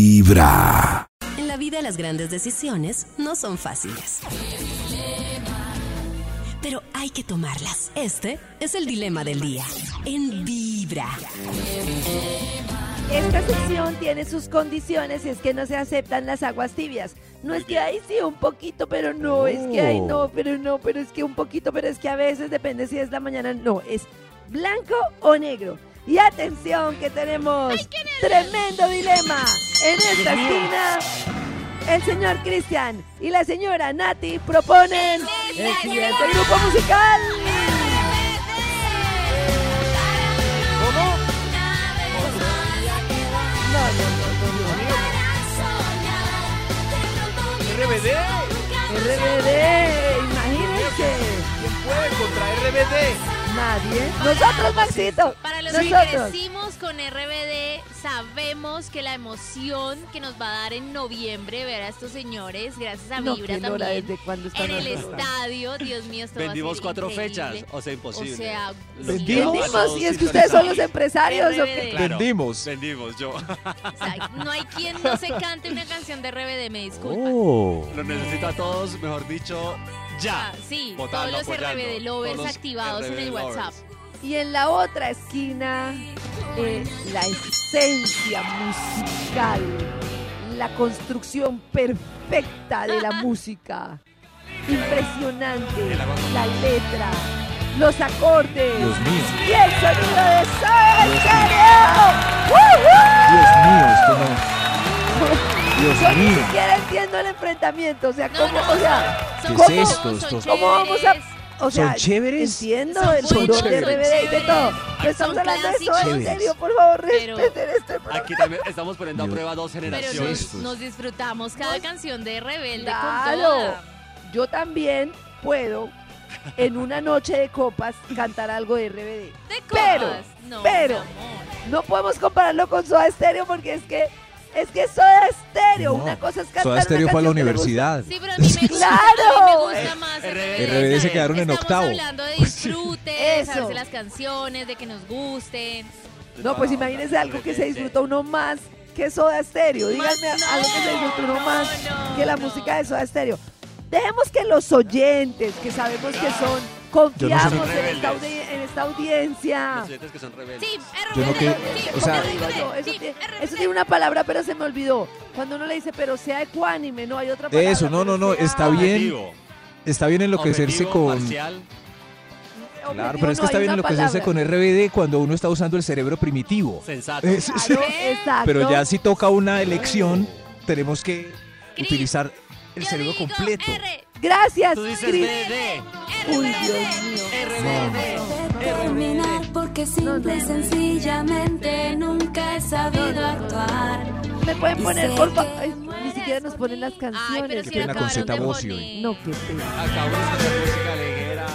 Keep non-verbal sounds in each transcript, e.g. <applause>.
Vibra. En la vida las grandes decisiones no son fáciles. Pero hay que tomarlas. Este es el dilema del día. En Vibra. Esta sección tiene sus condiciones y es que no se aceptan las aguas tibias. No es que hay sí un poquito, pero no, es que hay no, pero no, pero es que un poquito, pero es que a veces depende si es la mañana, no, es blanco o negro. Y atención que tenemos tremendo dilema en esta esquina. El señor Cristian y la señora Nati proponen el siguiente grupo musical. RBD. RBD, imagínense. ¿Quién puede contra RBD? Nadie. Nosotros, Maxito. Para los que Nosotros. crecimos con RBD, sabemos que la emoción que nos va a dar en noviembre ver a estos señores, gracias a No, Vibra qué lora, también, ¿desde cuándo está en el nuestro- estadio, Dios mío, esto va a Vendimos ser cuatro increíble. fechas, o sea, imposible. O sea, Los sí, quiero a Vendimos, todos y es que ustedes son los empresarios. ¿o qué? RBD. Claro. Vendimos. Vendimos, yo. <laughs> O sea, no hay quien no se cante una canción de RBD, me disculpa. Oh. Lo necesito a todos, mejor dicho, Ah, ya. Ah, sí, Votando, todos los apoyando. RBD lovers Todos los activados en el RBD lovers. WhatsApp. Y en la otra esquina, eh, la esencia musical, la construcción perfecta de la música. Impresionante, la letra, los acordes Dios mío. y el sonido de Soda Stereo. ¡Woohoo! Dios mío, esto no. Yo Dios ni mío. siquiera entiendo el enfrentamiento, o sea, No, cómo, no, o sea, son ¿qué es chéveres, esto? son Esto- ¿Cómo vamos a- chéveres. o sea, chéveres? entiendo Son el muy furor de chéveres. RBD y de todo, pero estamos Son hablando de eso, en clásicos. serio, por favor, Pero- respeten este programa. Aquí también estamos poniendo a Dios. prueba dos Pero nos, generaciones. Estos. nos disfrutamos cada canción de Rebelde Claro. con toda. Yo también puedo, en una noche de copas, cantar algo de RBD. De Pero, copas. no, pero. mi amor. No podemos compararlo con Soda Stereo porque es que es que es Soda Stereo. No, Una cosa es cantar Soda una Stereo fue a la canción que le universidad. Sí, pero a mí me, ¡Claro! a mí me Eh, gusta más RBD. RBD. RBD se quedaron en Estamos octavo. Pues <laughs> hablando de disfrute, de Eso. saberse las canciones, de que nos gusten. gusta. No, pues imagínense algo que se disfruta uno más que Soda Stereo. Díganme Más algo que se no, disfruta uno no, más no, que la no. música de Soda Stereo. Dejemos que los oyentes, que sabemos que son, confiamos Yo no soy en, esta rebeldes. audi- en esta audiencia. Los oyentes que son rebeldes. Ah. Sí, Yo RBD. no que- sí, o sea- Eso digo yo, RBD, eso, sí, tie- RBD. eso tiene una palabra, pero se me olvidó. Cuando uno le dice, pero sea ecuánime, no hay otra palabra. Eso, no, pero no, no, sea está bien Objetivo, Está bien enloquecerse objetivo, con. Parcial, objetivo, Claro, pero es que no está hay bien una enloquecerse palabra. con RBD cuando uno está usando el cerebro primitivo. sensato. Es- Claro, exacto. <laughs> Pero ya si toca una elección, tenemos que utilizar el Yo cerebro digo completo. R, Gracias, Tú dices Cris. DD, Uy, RBD. Dios mío. RBD. terminar porque simple y sencillamente nunca he sabido actuar. Me pueden Y poner, sé por que favor. Ni mueres siquiera nos ponen las Ay, pero canciones. si Qué lo pena con acabaron Zeta de Bosio. poner. No, qué pena. Acabamos de hacer música ligera.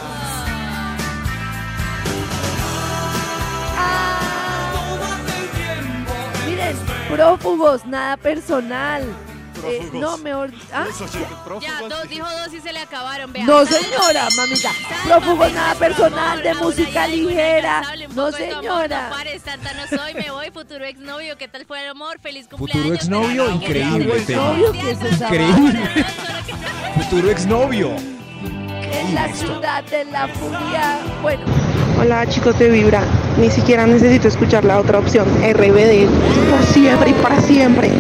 Miren, prófugos, nada personal. Eh, Prófugos. no, mejor. ¿ah? Los oyentes prófugos. Ya, dos, dijo dos y se le acabaron. Vea, No, Sal- señora, mamita. sal- Prófugos, papel, nada por personal, favor, de Laura, música y algo ligera. inalcanzable, un No, poco de tu amor, señora. No pares, tanta no soy, me voy, futuro exnovio. ¿Qué tal fue el amor? Feliz cumpleaños. Futuro exnovio, feliz increíble cumpleaños, tema. Obvio que eso es Increíble. Solo que no- Futuro exnovio. En la ciudad de la furia. Bueno, Hola chicos de Vibra, ni siquiera necesito escuchar la otra opción, RBD, por siempre y para siempre.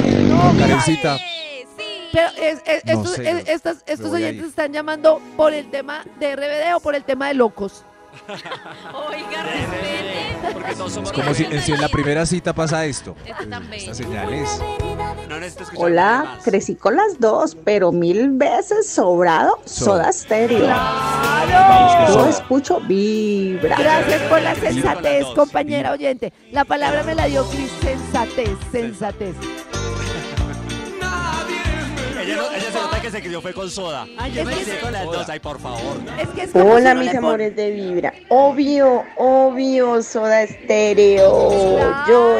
Karencita. Eh, sí. pero es- es- No estos, sé, es- yo- estas- estos voy a oyentes ir. están llamando por el tema de RBD o por el tema de locos. Oiga, respete. Porque todos somos Es como si en, si en la primera cita pasa esto. Está tan bello. Estas señales. No necesito escuchar Hola, nada más. crecí con las dos, pero mil veces sobrado Soda Stereo. Vamos Yo con Soda. escucho Vibra. Gracias por la Feliz con sensatez, las dos. compañera oyente. La palabra me la dio Cris, sensatez, sensatez. Ella, no- ella se nota que se crió fue con soda. Ay, yo me crié con las dos, ay, por favor. Es que es como si Hola uno mis le pon- amores de Vibra, obvio, obvio Soda Stereo, Yo escucho yo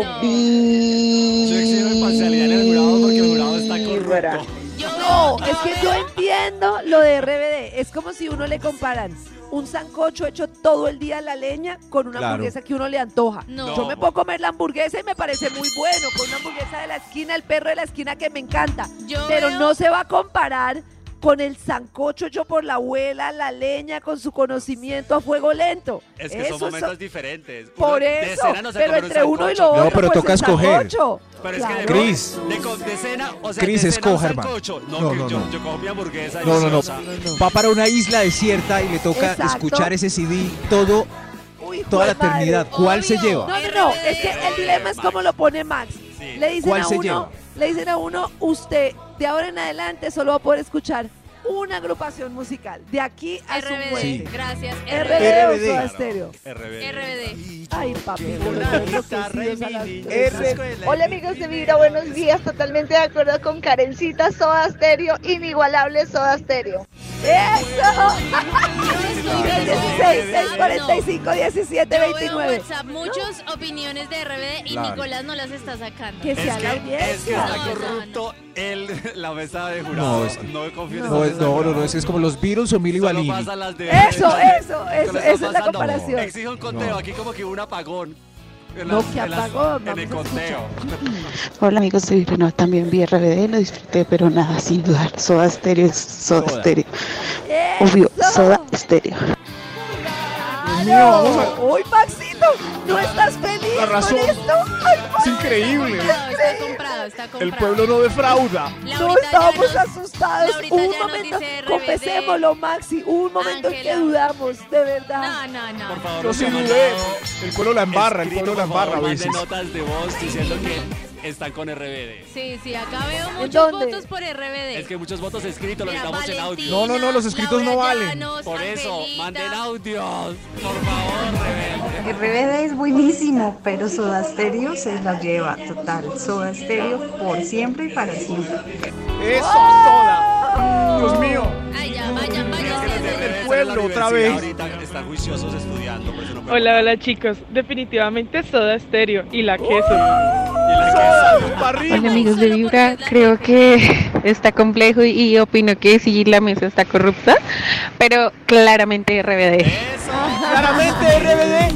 escucho no. Yo exijo imparcialidad en el jurado porque el jurado está corrupto. Vibra. Yo No, veo- es yo que yo veo- entiendo lo de RBD. Es como si uno le comparan un sancocho hecho todo el día a la leña con una Claro. hamburguesa que uno le antoja. No. Yo me puedo comer la hamburguesa y me parece muy bueno, con una hamburguesa de la esquina, el perro de la esquina que me encanta. Yo pero veo- no se va a comparar con el sancocho hecho por la abuela, la leña, con su conocimiento a fuego lento. Es que Eso son momentos diferentes. Uno Por De eso, cena no se pero come un entre uno y sancocho. lo otro, No, pero pues, toca el escoger. sancocho. Pero es que de, Claro. Cris. de, co- de cena, o sea, Cris, de cena un escoja, hermano. sancocho. No, No, que no, yo, no. yo cojo mi hamburguesa. No, no, no. deliciosa. Va para una isla desierta y le toca Exacto. escuchar ese CD todo, Uy, hijo toda la de madre. eternidad. ¿Cuál se Obvio. lleva? No, no, no, es que el dilema es como lo pone Max. Sí. Le dicen ¿Cuál a se uno, lleva? le dicen a uno, usted de ahora en adelante solo va a poder escuchar una agrupación musical de aquí a su RBD, muerte. Sí. gracias. RBD. RBD o RBD. Soda Stereo. RBD. RBD. Ay, papi. Una guitarra en mi niña, R- escuela, Hola y amigos de vive Vibra, buenos días. Totalmente de acuerdo con Karencita, Soda Stereo, inigualable Soda Stereo. ¡Eso! RBD. 16, 45, 17, Yo veo en 29. WhatsApp muchas opiniones de RBD y Claro. Nicolás no las está sacando. Que sea la que, es que está No, no, no. corrupto el, <laughs> la mesa de jurados. No, No, es que- confío en No, esa es- mesa de no, no, jurados. no, es que es como los Beatles o Milli Solo Vanilli. pasan las de- Eso, eso, ¿Qué les eso, está esa es la pasando? comparación. Exijo un conteo, No. aquí como que hubo un apagón. En No, las- que en las- apagón, En el vamos a conteo. Hola amigos de Vibra, no, también vi RBD, lo disfruté, pero nada, sin dudar, Soda Stereo es Soda, Soda. Stereo, obvio, Soda ¡Eso! Stereo. Dios mío, vamos a- ¡Hoy, Maxito! ¿No estás feliz La razón. con esto? ¡Ay, Es increíble. Comprado, está comprado, está comprado. no defrauda. No Laurita estábamos Llanos, asustados. Laurita Un Llanos momento, dice RBD. confesémoslo, Maxi. Un momento en que Ángela. dudamos, de verdad. No, no, no. Por favor, Yo los sí que han dudé. mandado El pueblo la embarra, el escrito, pueblo la por favor, embarra a manden veces. notas de voz diciendo que están con RBD. Sí, sí, acá veo muchos dónde? votos por RBD. Es que muchos votos escritos, lo Mira, necesitamos en audio. Valentina, No, no, no, los escritos no Laura valen. Llanos, Por eso, Angelita. manden audios. Por favor, rebelde. RBD es buenísimo, pero Soda Stereo se la lleva total. Soda Stereo por siempre y para siempre. Eso, Soda. Dios mío. Ay, ya, vayan, vayan. Es que los de RBD están en la pueblo, otra universidad vez. Ahorita están juiciosos estudiando, por eso no pueden- Hola, hola chicos, definitivamente Soda Stereo y la queso. Y la que- Hola amigos de Vibra, creo que está complejo y opino que sí, la mesa está corrupta, pero claramente RBD. Claramente RBD.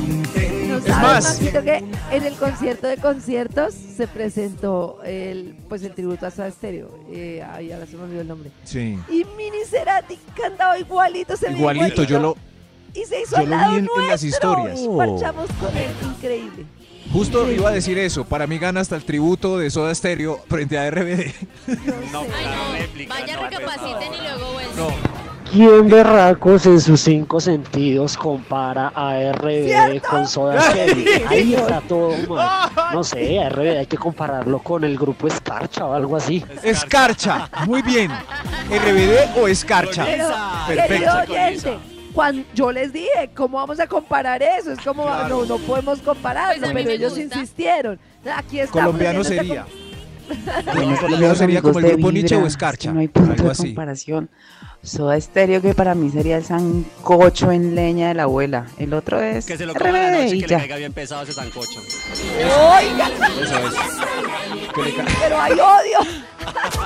No Es sabes, más. Maxito, que en el concierto de conciertos se presentó el, pues, el tributo a Soda Stereo. Eh, ay, ahora se me olvidó el nombre. Sí. Y Mini Cerati cantaba igualito, se veía Igualito, yo lo Y se hizo yo al lo lado vi en- en las nuestro, historias. Y marchamos con él, increíble. justo iba a decir eso. Para mí gana hasta el tributo de Soda Stereo frente a RBD. No, Ay, la no, réplica, vayan, no, recapaciten y luego vuelven. ¿Quién de Racos en sus cinco sentidos compara a RBD Eh, con Soda Stereo? <laughs> Ahí está todo mal. No sé, a RBD hay que compararlo con el grupo Escarcha o algo así. Escarcha. Muy bien. RBD o Escarcha. Con Pero, Isa. querido Perfecto. oyente, cuando yo les dije, ¿cómo vamos a comparar eso? Es como, no, no podemos compararlo, Pues a mí pero me ellos gusta. insistieron. Aquí estamos Colombiano viendo esta sería. com- Buenos Colombiano días, sería como el amigos de grupo Nietzsche o Vibra. Escarcha, Es que no hay punto algo de así. comparación. Soda Stereo, que para mí sería el sancocho en leña de la abuela. El otro es Que se lo coma en la RBD noche y y que le ya. caiga bien pesado ese sancocho. ¡Oiga! Que le ca- Pero hay odio.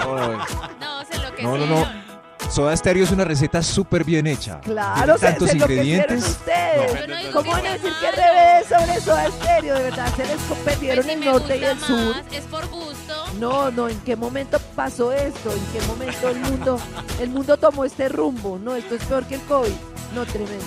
No, No, se lo que pues, No, no, no. Soda Stereo es una receta súper bien hecha. Claro, Tiene se, tantos se enloquecieron ingredientes. ustedes. no digo ¿Cómo que van a sea decir que malo. RBD sobre Soda Stereo? De verdad, se les Pues competieron si el me norte y gusta el sur. más, es por gusto. No, no, ¿en qué momento pasó esto? ¿En qué momento el mundo, el mundo tomó este rumbo? No, esto es peor que el COVID. No, tremendo.